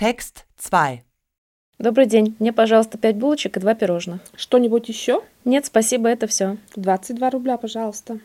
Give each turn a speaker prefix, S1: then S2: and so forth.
S1: Text 2.
S2: Добрый день. Мне, пожалуйста, пять булочек и два пирожных.
S3: Что-нибудь еще?
S2: Нет, спасибо, это все.
S3: 22 рубля, пожалуйста.